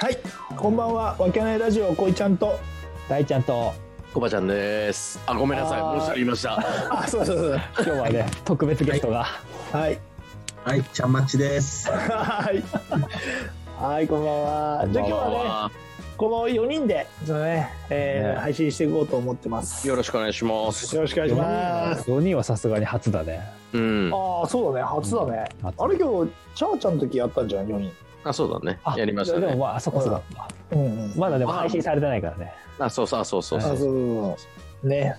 はい、こんばんは。わけないラジオこいちゃんと。大ちゃんとコバちゃんです。あ、ごめんなさい。あーもう一人いました。あ、そうそうそう。今日はね特別ゲストがはい。はい、ちゃんまっちです。はい。はい、こんばんは。じゃあ今日はね、あこの4人で、ちょっとね、えーね配信していこうと思ってます。ーよろしくお願いします。よろしくお願いします。 4人はさすがに初だねうん。ああ、そうだね。初だね。うん初あれ今日、チャーちゃんの時やったんじゃん、4人。あ、そうだねあ。やりましたでもね。まああそこそこうんうん。まだでも配信されてないからねあ、そうそう、あそうそうあ、そそうう。そうそう。ね。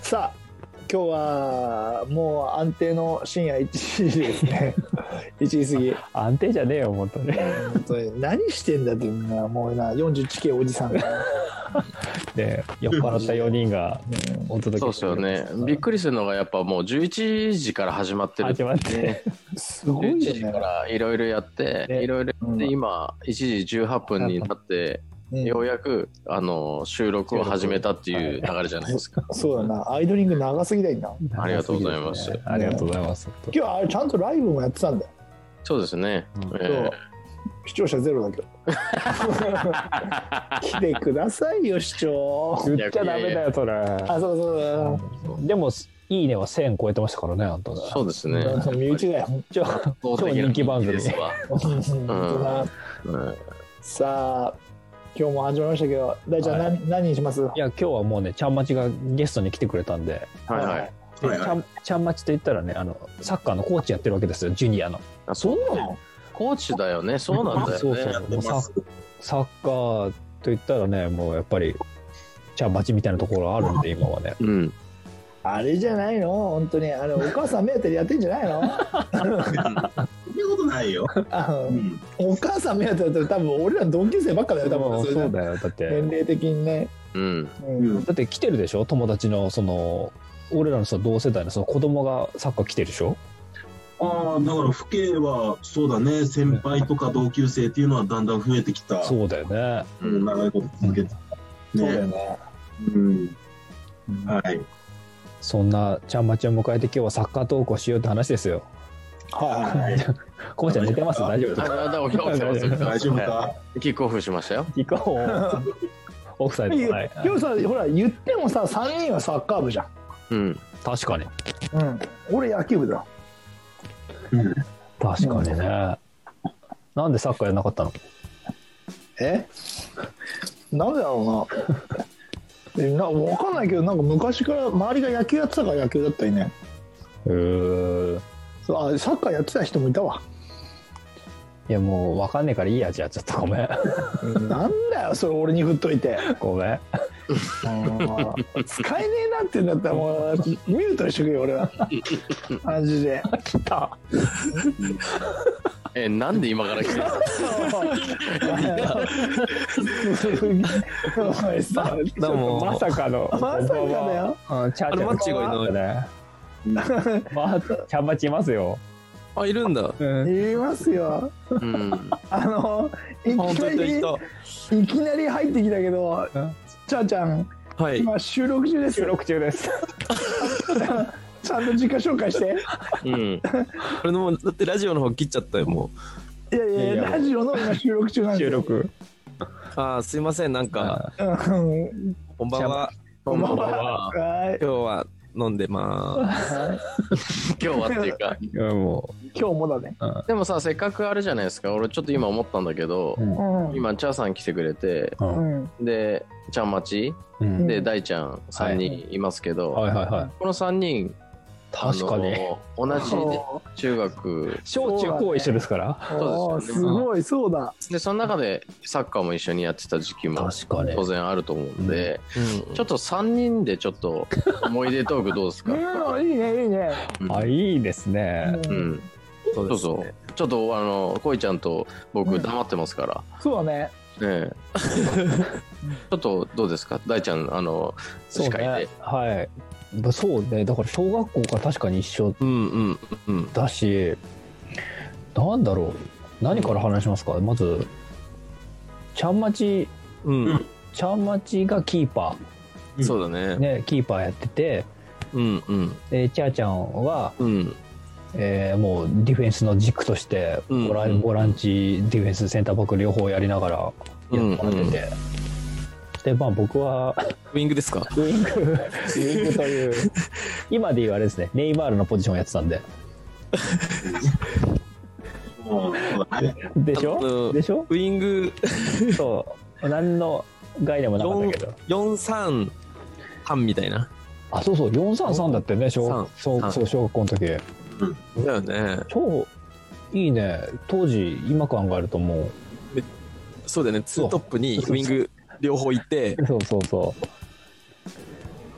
さあ。今日はもう安定の深夜1時ですね 1時過ぎ安定じゃねえよ本当にね本当に何してんだってみんなもうな41系おじさんが、酔っ払った4人がうんお届そうけっすよね。びっくりするのがやっぱもう11時から始まってる。始まってね。すごい11よ時かね、らいろいろやって、ねいろいろやって、うん今1時18分になって、うんようやくあの収録を始めたっていう流れじゃないですか。そうだなアイドリング長すぎだよな長すぎですねありがとうございますありがとうございます本当今日あれちゃんとライブもやってたんだよそうですねうん。えー視聴者ゼロだ けど来てくださいよ視聴言っちゃダメだよそれあそうそうでもいいねは1000超えてましたからねあんたねそうですね。そう、身内だよちょ超人気番組ですわ。本当だうんさあ今日も始まりましたけど大ちゃん、はい何何にしますいや今日はもうねちゃんまちがゲストに来てくれたんではいはい。ではいちゃんちゃんまちと言ったらねあのサッカーのコーチやってるわけですよジュニアのあそそううなのコーチだよね。そうなんだよね。そうそうやってます。サッカーといったらねもうやっぱりちゃんまちみたいなところあるんで今はねうん。あれじゃないの本当にあれお母さん目当てでやってんじゃないのそんなことないよ。あ の うんお母さん目当てだったら多分俺らの同級生ばっかだよ多分そうれそうだよだって年齢的にね、うん。うんだって来てるでしょ友達のその俺らのその同世代のその子供がサッカー来てるでしょああ、だから、父兄は、そうだね、先輩とか同級生っていうのはだんだん増えてきた。そうだよねうん、長いこと続けて。そうだよね。ねうん。はい。そんなちゃんまちを迎えて今日はサッカートークをしようって話ですよはいはいこうちゃん寝てます大丈夫ですあ、かだ、起きてます。起きてま大す丈夫か。キックオフしましたよ。行こうオフサイドいないやでもさほら言ってもさ3人はサッカー部じゃうん。確かにん、うん、俺野球部だうん確かにね、なんでサッカーやんなかったのえなんでだろうなえな分かんないけどなんか昔から周りが野球やってたから野球だったりねうーそうあサッカーやってた人もいたわいやもうわかんねえからいいやじゃあちょっとごめん なんだよそれ俺に振っといてごめんうん使えねえなって言うんだったらもうミュートにしとくよ俺 はマジで来たえ、なんで今から来てるお前さどうもまさかのまさかだようんチャーチャあれマッチがいいね まチャンバチいますよあ、いるんだ。うん言いますようん。あのい本き当なにりいた。いきなり入ってきたけどうんちゃーちゃんはい。今収録中です収よ録中ですちゃんと自己紹介してうん。これのもうだってラジオの方切っちゃったよ、もう。いやいやいいややラジオの今 収録中なんで収録あーすいません、なんか、うんこんばんは。こんばんはははい今日は飲んでま今日はっていうか。うんも今日もだねでもさ、せっかくあれじゃないですか。俺ちょっと今思ったんだけどう、んう今、チャーさん来てくれて、うんうんで、ちゃんまち、うんうで、ん大ちゃん3人いますけど、はいはいはいこの3人、あ確かにの同じね中学小中高一緒ですからおーそうですすよねごいそうだで、その中でサッカーも一緒にやってた時期も確かに当然あると思うんで、あ。うんちょっと3人でちょっと思い出トークどうですうかんいい ねいいねあいいですねううんん、そそうそう、ちょっとあのこいちゃんとう僕ん黙ってますから、そうだねええちょっとどうですか大ちゃんあのそう司会ねではいまそうねだから小学校が確かに一緒うんうんうん。だしなんだろう何から話しますかまずちゃんまちうん。ちゃんまちがキーパうんそうだーね。ねキーパーやっててうんうんでちゃーちゃんはうん。えーもうディフェンスの軸としてボラ,、うんボランチディフェンスセンターバック両方やりながらやってもらってて、うんうんでまあ僕はウイングですかウイングウイングという今で言うあれですねネイマールのポジションをやってたんでもうそうだねでしあのょでしょウイングそう何の概念もなかったけど43半みたいな。あそうそう433だったよね小三そうそう小学校の時だよね。超いいね当時今考えるともそうだよね。ツートップにウイング両方行って、うそうそうそ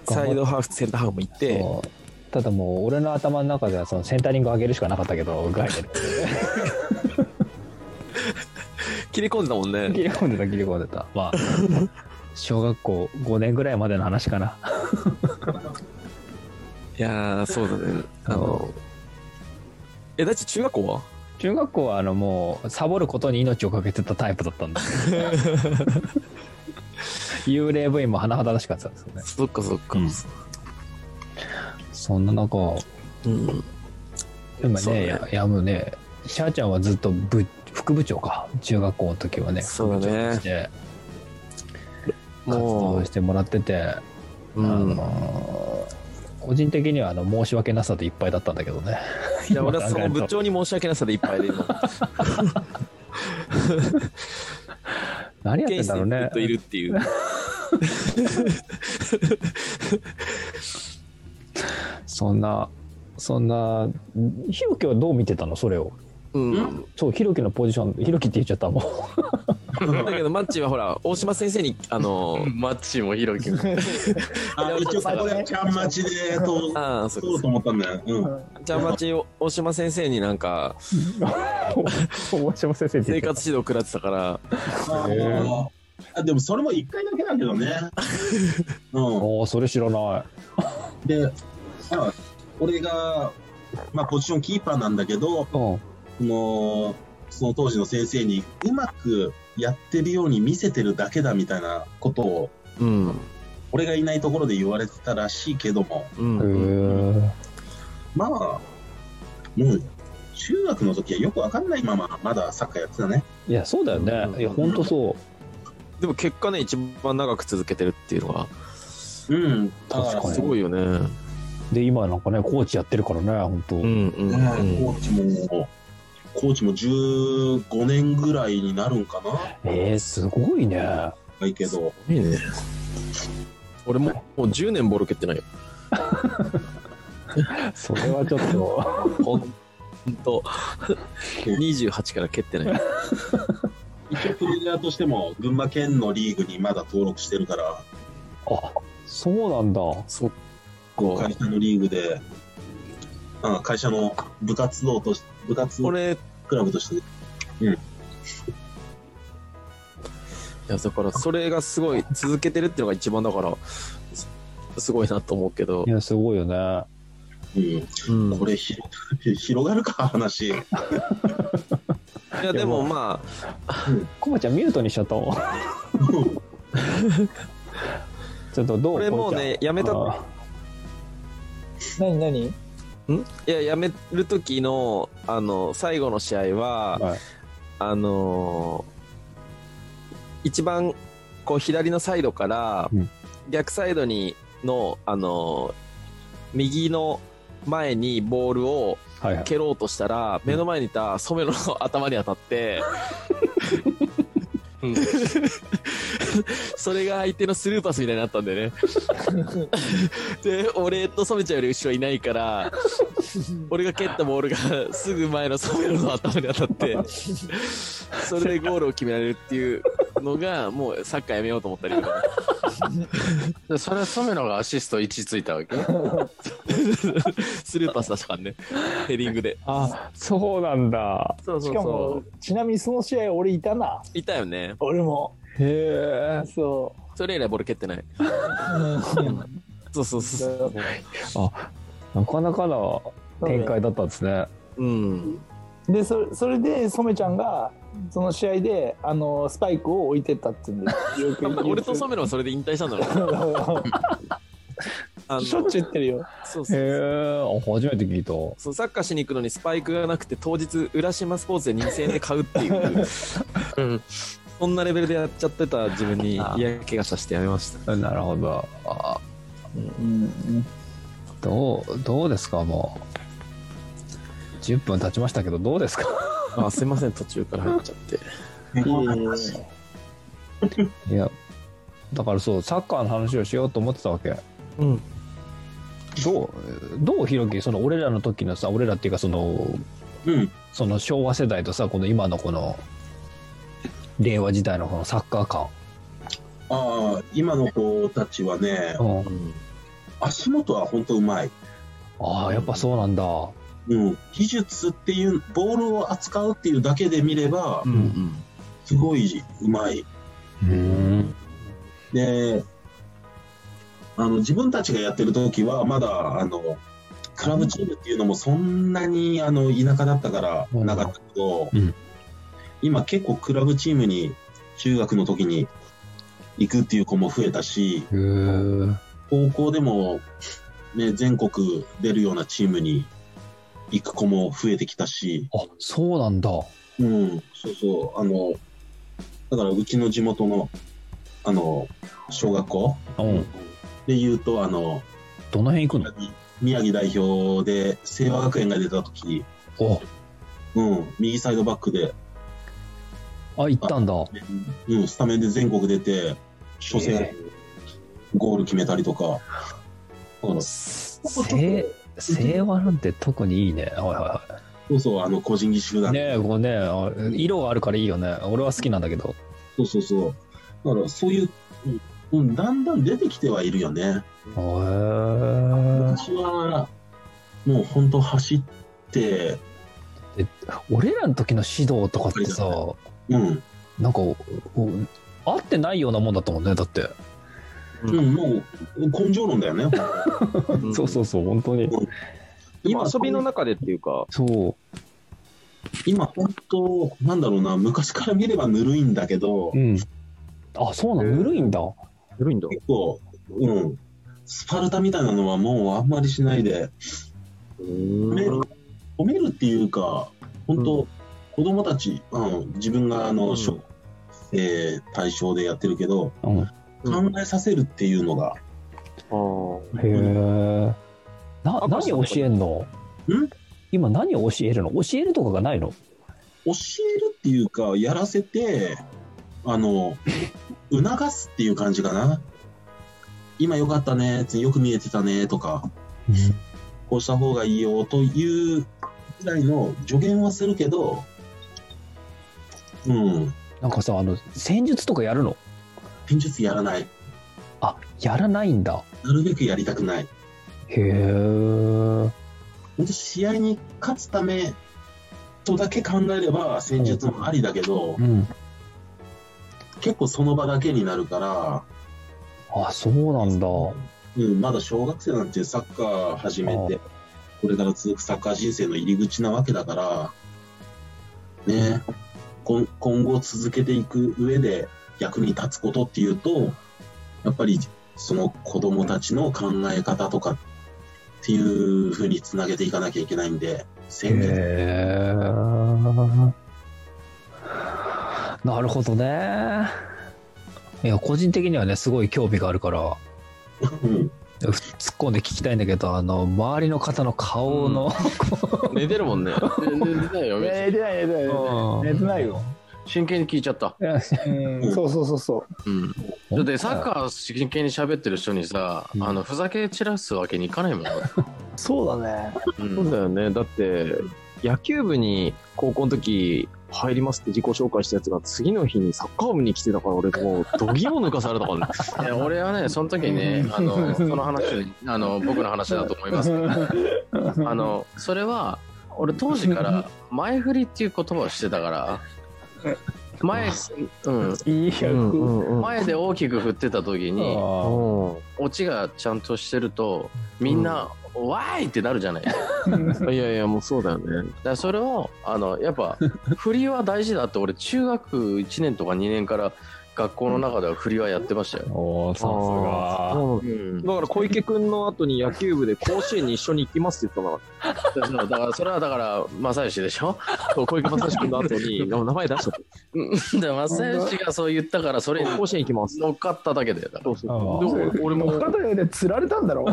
うサイドハーフ、センターハーフも行って、そうただもう俺の頭の中ではそのセンタリング上げるしかなかったけど概念切り込んでたもんね。切り込んでた切り込んでた まあ小学校5年ぐらいまでの話かないやー、そうだね。あの、え、だって中学校は中学校はあのもうサボることに命をかけてたタイプだったん だ幽霊部員も甚だしかったですよねそっかそっか。うんそんな中うん今そうねねややむねシャーちゃんはずっと部副部長か中学校の時はねそうだね副部長として活も動うし、てもらっててあうん。のー個人的にはあの申し訳なさでいっぱいだったんだけどね。いや、俺はその部長に申し 訳なさでいっぱいで、今、 何やってケんだろうずねっ。といるっていう。そんな、そんな、ひろきはどう見てたのそれを。うん。そう、ひろきのポジション、ひろきって言っちゃったもん。だけど、マッチはほら、大島先生に、あの、マッチもヒロキも。あ一応ここでちゃんまちでとああ、そうそうですと。思ったんだよ、うん、じゃあ、マッチ、大島先生になん か、大島先生って言生っちゃっ活指導食らってたから、あへえーあでもそれも一回だけだけどね。た。うおーそれ知らない。ん、で、まあ、俺が、まあ、ポジションキーパーなんだけうどん。その、その当時の先生にうまくやってるように見せてるだけだみたいなことを、うん。俺がいないところで言われてたらしいけども、うへん。ーまあ、もう中学の時はよくわかんないまま、まだサッカーやってたね。いや、そうだよね。いや、ほんとそう。でも結果ね、一番長く続けてるっていうのは、うん、だ確かにすごいよね。で、今なんかね、コーチやってるからね、ほんと。うんうんうん。コーチも、コーチも15年ぐらいになるんかなえー、すごいね。ないけど、いいね。俺ももう10年ボロ蹴ってないよ。それはちょっ と。ほん と。28から蹴ってない。一応プレイヤーとしても群馬県のリーグにまだ登録してるから、あ、そうなんだ。そっか会。社のリーグで、あ会社の部活動とし部活これ、いクラブとして、や、だから、それがすごい、続けてるっていうのが一番だから、すすごいなと思うけどい。や、すごいよね。ううんん、これ広がる、 広がるか、話。いや、でもまコバちゃんミュートにしちゃったもんちょっとどうこれもうねコバちゃんやめたあ何何あ、んいや、やめる時の、あの、最後の試合は、ーはいあのー一番こう左のサイドからうん逆サイドにの、あのー右の前にボールをはいはい蹴ろうとしたら目の前にいた染めの頭に当たって、うん それが相手のスルーパスみたいになったん だよねで俺と染めちゃんより後ろいないから俺が蹴ったボールがすぐ前の染めの頭に当たってそれでゴールを決められるっていうのがもうサッカーやめようと思ったりとかで それは染野がアシスト位置ついた わけスルーパス出したからねヘディングであそうなんだそうそしうかそもちなみにその試合俺いたなういたよね俺もへえそそれ以来ボール蹴ってないうそうそうそうそうなかなかな展開だったんですねうんでそれそれで染ちゃんがその試合であのスパイクを 置いてったっていうんでよく多言う分俺と染めろはそれで引退したんだろうそうあの しょっちゅう言ってるよ。そうへそうえ初めて聞いたそうサッカーしに行くのにスパイクがなくて当日浦島スポーツで2000円で買うっていううんそんなレベルでやっちゃってた自分にあー嫌気がさしてやめましたなるほどあうん。どうどうですかもう10分経ちましたけどどうですか あーすいません途中から入っちゃっていいいやだからそうサッカーの話をしようと思ってたわけうんどうどうひろきその俺らの時のさ俺らっていうかそのうん。その昭和世代とさこの今のこの令和時代のこのサッカー感、ああ、今の子たちはね、うん足元は本当うまい。ああやっぱそうなんだうん。技術っていう、ボールを扱うっていうだけで見れば、んすごいうまい。うんで、あの、自分たちがやってる時は、まだ、あの、クラブチームっていうのもそんなに、あの、田舎だったからうんなかったけど、うん今結構クラブチームに、中学の時に行くっていう子も増えたし、へえ高校でも、ね、全国出るようなチームに行く子も増えてきたし、あそうなんだうん、そうそう、あの、だからうちの地元の、あの、小学校うんで言うと、あの、どの辺行くの宮城代表で清和学園が出た時、おうん、右サイドバックで、あ行ったんだうん、スタメンで全国出て、初戦、ゴール決めたりとか、だからせ清和なんて特にいいねはいはそうそう、あの、個人技集いは団いねえこうねあ色があるからいいよね俺は好きなんだけどそうそうそう。だからそういう、うん、だんだん出てきてはいるよね。へえ昔は、もう本当走って、俺らの時の指導とかってさうん、なんかおお合ってないようなもんだったもんねだって、うん、もう根性論だよね。そうそうそう本当に 今遊びの中でっていうか、そ今本当、なんだろうな、昔から見ればぬるいんだけどう、、うん、あそうなのぬるいんだ古いんだ。結構、うん、スパルタみたいなのはもうあんまりしないで、褒める褒めるっていうか、本当、子供たち、うん、自分があの、うん小えー対象でやってるけど、うんへ考えさせるっていうのが、あーえな赤何ちゃん教とかえんのん今何を教えるの教えるとかがないの教えるっていうか、やらせて、あの、促すっていう感じかな。今よかったね、よく見えてたねとか、こうした方がいいよというぐらいの助言はするけど、うん、なんかさあの戦術とかやるの戦術やらない。あやらないんだなるべくやりたくない。へえ本当試合に勝つためとだけ考えれば戦術もありだけど、うん結構その場だけになるから、あそうなんだうん、まだ小学生なんてサッカー始めて、これから続くサッカー人生の入り口なわけだから、ね、今今後続けていく上で役に立つことっていうと、やっぱりその子供たちの考え方とかっていうふうにつなげていかなきゃいけないんで、へ戦術えなるほどねいや個人的にはねすごい興味があるからうん突っ込んで聞きたいんだけどあの周りの方の顔の、寝てるもんね。寝てないよ。ね寝てない寝てない 寝てないよ。真剣に聞いちゃった。うん、そうそうそうそう。うん。だってサッカー真剣に喋ってる人にさ、うんあのふざけ散らすわけにいかないもん。そうだね。そうだよね。だって、野球部に高校の時入りますって自己紹介したやつが次の日にサッカー部に来てたから俺もうどぎを抜かされ たからね。いや俺はね、その時ね、あの、その話、あの、僕の話だと思いますけど、あの、それは、俺当時から前振りっていう言葉をしてたから、前、うん、いい役。前で大きく振ってた時に、あオチがちゃんとしてるとみんな「わーい!」ってなるじゃない いやいやもうそうだよねだからそれをあのやっぱ振りは大事だって俺中学1年とか2年から学校の中では振りはやってましたよ。おー、さすが。うん。だから小池くんの後に野球部で甲子園に一緒に行きますって言ったのだから、それはだから、正義でしょ そう小池正義君の後 に。が名前出しちゃっうんで、正義がそう言ったから、それにた甲子園行きます乗っかっただけだよ。だからそうそうあそうーで俺乗もっかったよね釣られたんだろ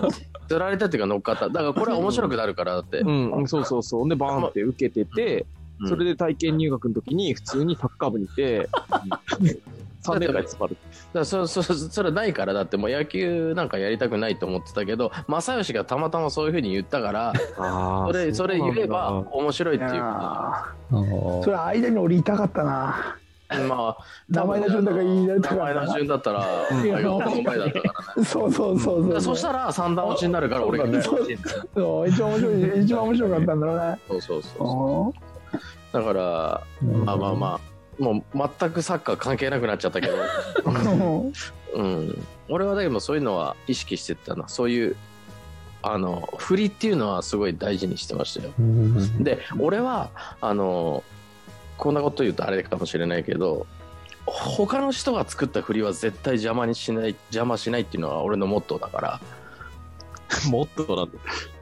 釣られたっていうか乗っかった。だから、これは面白くなるから、だって。うんうん、そうそうそう。で、バーンって受けてて、うんそれで体験入学の時に普通にサッカー部にい て、3年間詰まる。だからそ そそれはないからだってもう野球なんかやりたくないと思ってたけど正義がたまたまそういうふうに言ったからあそれそれ言えば、面白いいっていうやあーーそれ間に俺いたかったなまあ名前の順だから言いられた名前のか順だったらん大学の前だったからねらそうそうそうそだからうそしたら三段落ちになるから俺がそうだねそう一番面白い一番面白かったんだろうねそうそうそうおだからまあまあまあもう全くサッカー関係なくなっちゃ ったけど、ーうん、俺はだけどそういうのは意識してたなそういうあの振りっていうのはすごい大事にしてましたようん。で俺はあのこんなこと言うとあれかもしれないけど他の人が作った振りは絶対邪魔にしない邪魔しないっていうのは俺のモットーだからもっとなんだ。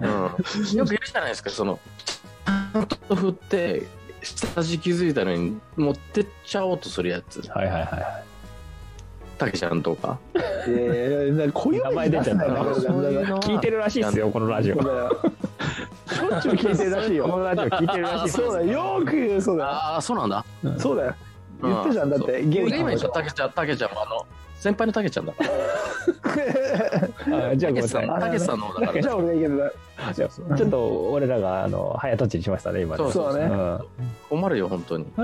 うん、よく言うじゃないですかそのちゃんと振って下地気づいたのに持ってっちゃおうとするやつはいはいはたけちゃんとかえー、小い。名指前出出ちせゃっないたんだなか。らそういうのは聞いてるらしいですよ、このラジオそう。だよしょっちゅう聞いてるらしいよこの ラジオ聞いてるらしいですそうだよよーく言うそうだああそうなんだよそうだよ言ったじゃんだってゲゲイイだメンたけちゃんたけちゃんもあの先輩のたけちゃんだからあじゃあたごめんけなささいん。たけさんの方だからじゃあ俺がいけるちょっと俺らがあの早とちりしましたね、今ね。そうそうねん困るよ本当に。う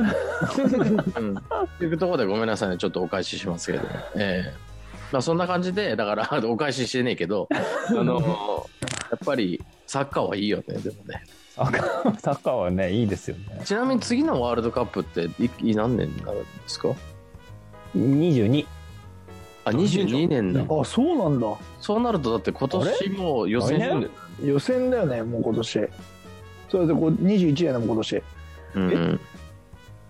ん、というところでごめんなさいねちょっとお返ししますけど、ええまあ、そんな感じでだからお返ししてねえけどあのやっぱりサッカーはいいよねでもねサッカーサッカーはね、いいですよね。ちなみに次のワールドカップっていい何年になるんですか22。あ22年だ、あそうなんだそうなるとだって今年もう予選来年予選だよねもう今年それでこう21年だもん今年うんうん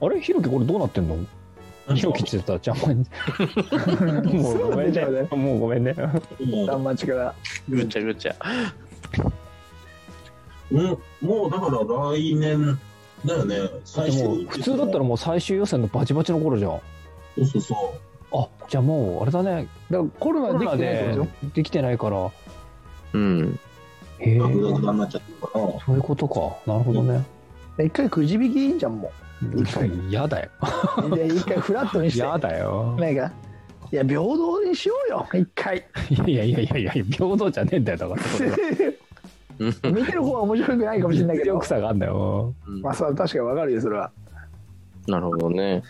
あれひろきこれどうなってんのひろきって言ったらちゃんま に。もうごめんねそうなんだよ。もうごめんね。も断末からぐちゃぐちゃう、うんもうだから来年だよね、最で初も普通だったらもう最終予選のバチバチの頃じゃん。そうそうそあじゃあもうあれだね。だからコロナでコロきナてないってでことでできてないから。うんへえう、。ガクガクになっちゃってるから、そういうことか。なるほどね。しょ一回くじ引きいいんじゃんも嫌だよ。 うで一回フラットにして嫌だよ。なんかいや平等にしようよ一回いやいやいやいや平等じゃねえんだよだからそれは。うん見てる方は面白くないかもしれないけ実ど力差があんだよ。う んまあそう確かにわかるよそれはなるほどね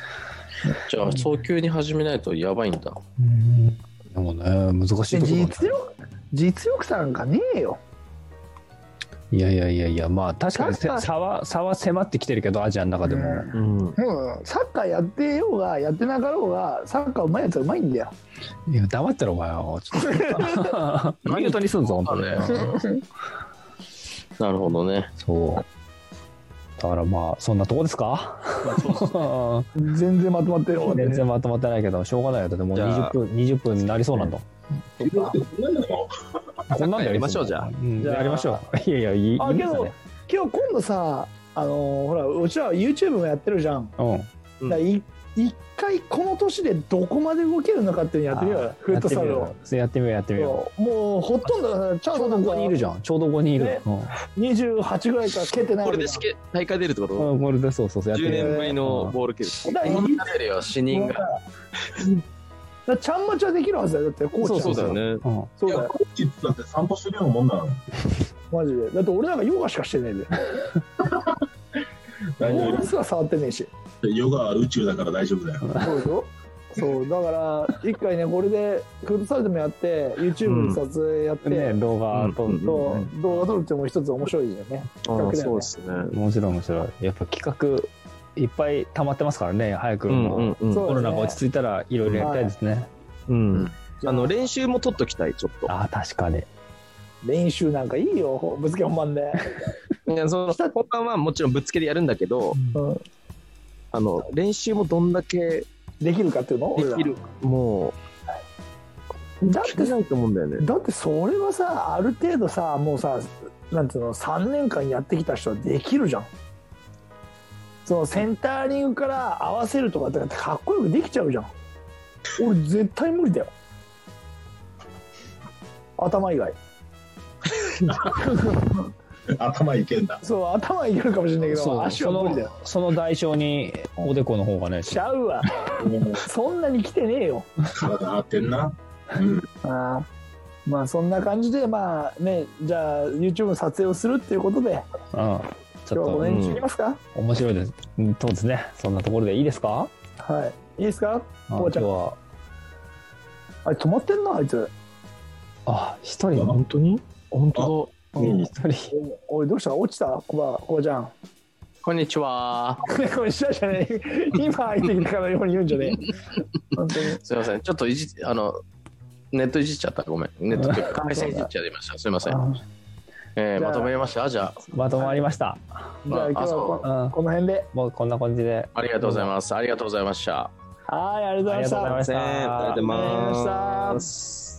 じゃあ早急に始めないとやばいんだでもね難しいでところだね実力実力差なんかねえよいやいやいやいやまあ確かに確かせに差は差は迫ってきてるけどアジアの中でも。うんうん。うんサッカーやってようがやってなかろうがサッカーうまいやつはうまいんだよいや黙ってろお前は。ちょっとミュートにすんぞ本当に。なるほどねそう。だからまあそんなとこですか。全然まとまってる方で 全然まとまってないけどしょうがないよだってもうじゃ20あ分20分になりそうなんだ。こんなんだよやりましょうじゃあんじゃあやりましょう。いやいやいい。いいんあだけどね今日今度さあのーほらうちら YouTube もやってるじゃん、うん。うんだからい一回この年でどこまで動けるのかっていうのやってみようよフットサルをやってみようやってみよそうもうほとんどチャンうスちょうどここにいるじゃんちょうどここにいる、ねうん28ぐらいから蹴ってないこわけれでじ試験大会出るってことうんこれでそうそうそうやって ?10 みよ年ぶりのボール蹴る。ゃんだからい食べるよ死人だがからちゃんまちはできるはずだよだってこうちゃんそうだよね。う、うん、そういや、だよコーチってだって散歩してるようなもんなの。マジでだって俺なんかヨガしかしてねえんだよ大丈ボールすら触ってねえし夫。ヨガは宇宙だから大丈夫だよ。そうでしょそうだから一回ねこれでフットサルでもやって YouTube で撮影やって、ね動画と、うんと動画撮るっていうのも一つ面白いよねあ企画だよーねそうですね。面白い面白いやっぱ企画いっぱい溜まってますからね早くもう、うんそうコロナが落ち着いたらいろいろやりたいですね、うん。あの、練習も取っときたい、ちょっと。ああ確かに練習なんかいいよぶつけ本番で、いやその本番はもちろんぶっつけでやるんだけど、うんあの練習もどんだけできるかっていうの俺らできる。もう、だっ聞けてないと思うんだよね。だってそれはさある程度さもうさなんつうの3年間やってきた人はできるじゃんそのセンタリングから合わせるとかってかっこよくできちゃうじゃん俺絶対無理だよ頭以 外頭いけんだ。そう頭いけるかもしれないけど足は無理だよそのその代償におでこの方がねちゃうわうんそんなに来てねえよ体張ってんな。うん。あーまあそんな感じでまあねじゃあ YouTube の撮影をするっていうことでうんち今日はことょっの辺にしてきますか、面白いですうんそうですねそんなところでいいですかはいいいですかあこ今うち日ゃんはあれ止まってんなあいつあ一人あ本当に本当だ。うん一人おいどうした落ちたコバコバちゃん こんにちは。これしたじゃねえ今入ってきたからように言うんじゃねえ本当にすいません。ちょっといじ、あの、ネットいじっちゃった。ごめん。ネットというか回線いじっちゃいました。すいません。あえーじゃあまとめましたじゃあ、まとまりました、じゃあ今日はこうんこの辺でもうこんな感じでありがとうございます。ありがとうございました。はいありがとうございましたありありががとうございましたとうございましたす。